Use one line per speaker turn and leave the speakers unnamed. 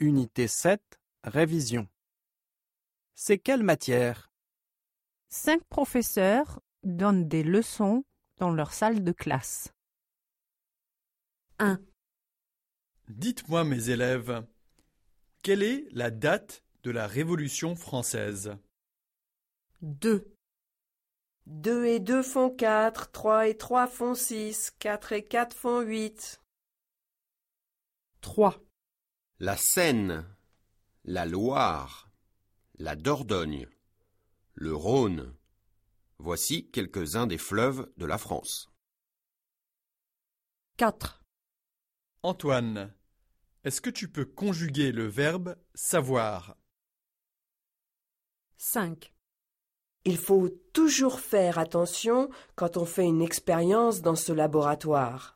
Unité 7, révision. C'est quelle matière
Cinq professeurs donnent des leçons dans leur salle de classe.
Dites-moi, mes élèves, quelle est la date de la Révolution française
2.
2 et 2 font 4, 3 et 3 font 6, 4 et 4 font 8.
3.
La Seine, la Loire, la Dordogne, le Rhône. Voici quelques-uns des fleuves de la France.
4.
Antoine, est-ce que tu peux conjuguer le verbe savoir
5.
Il faut toujours faire attention quand on fait une expérience dans ce laboratoire.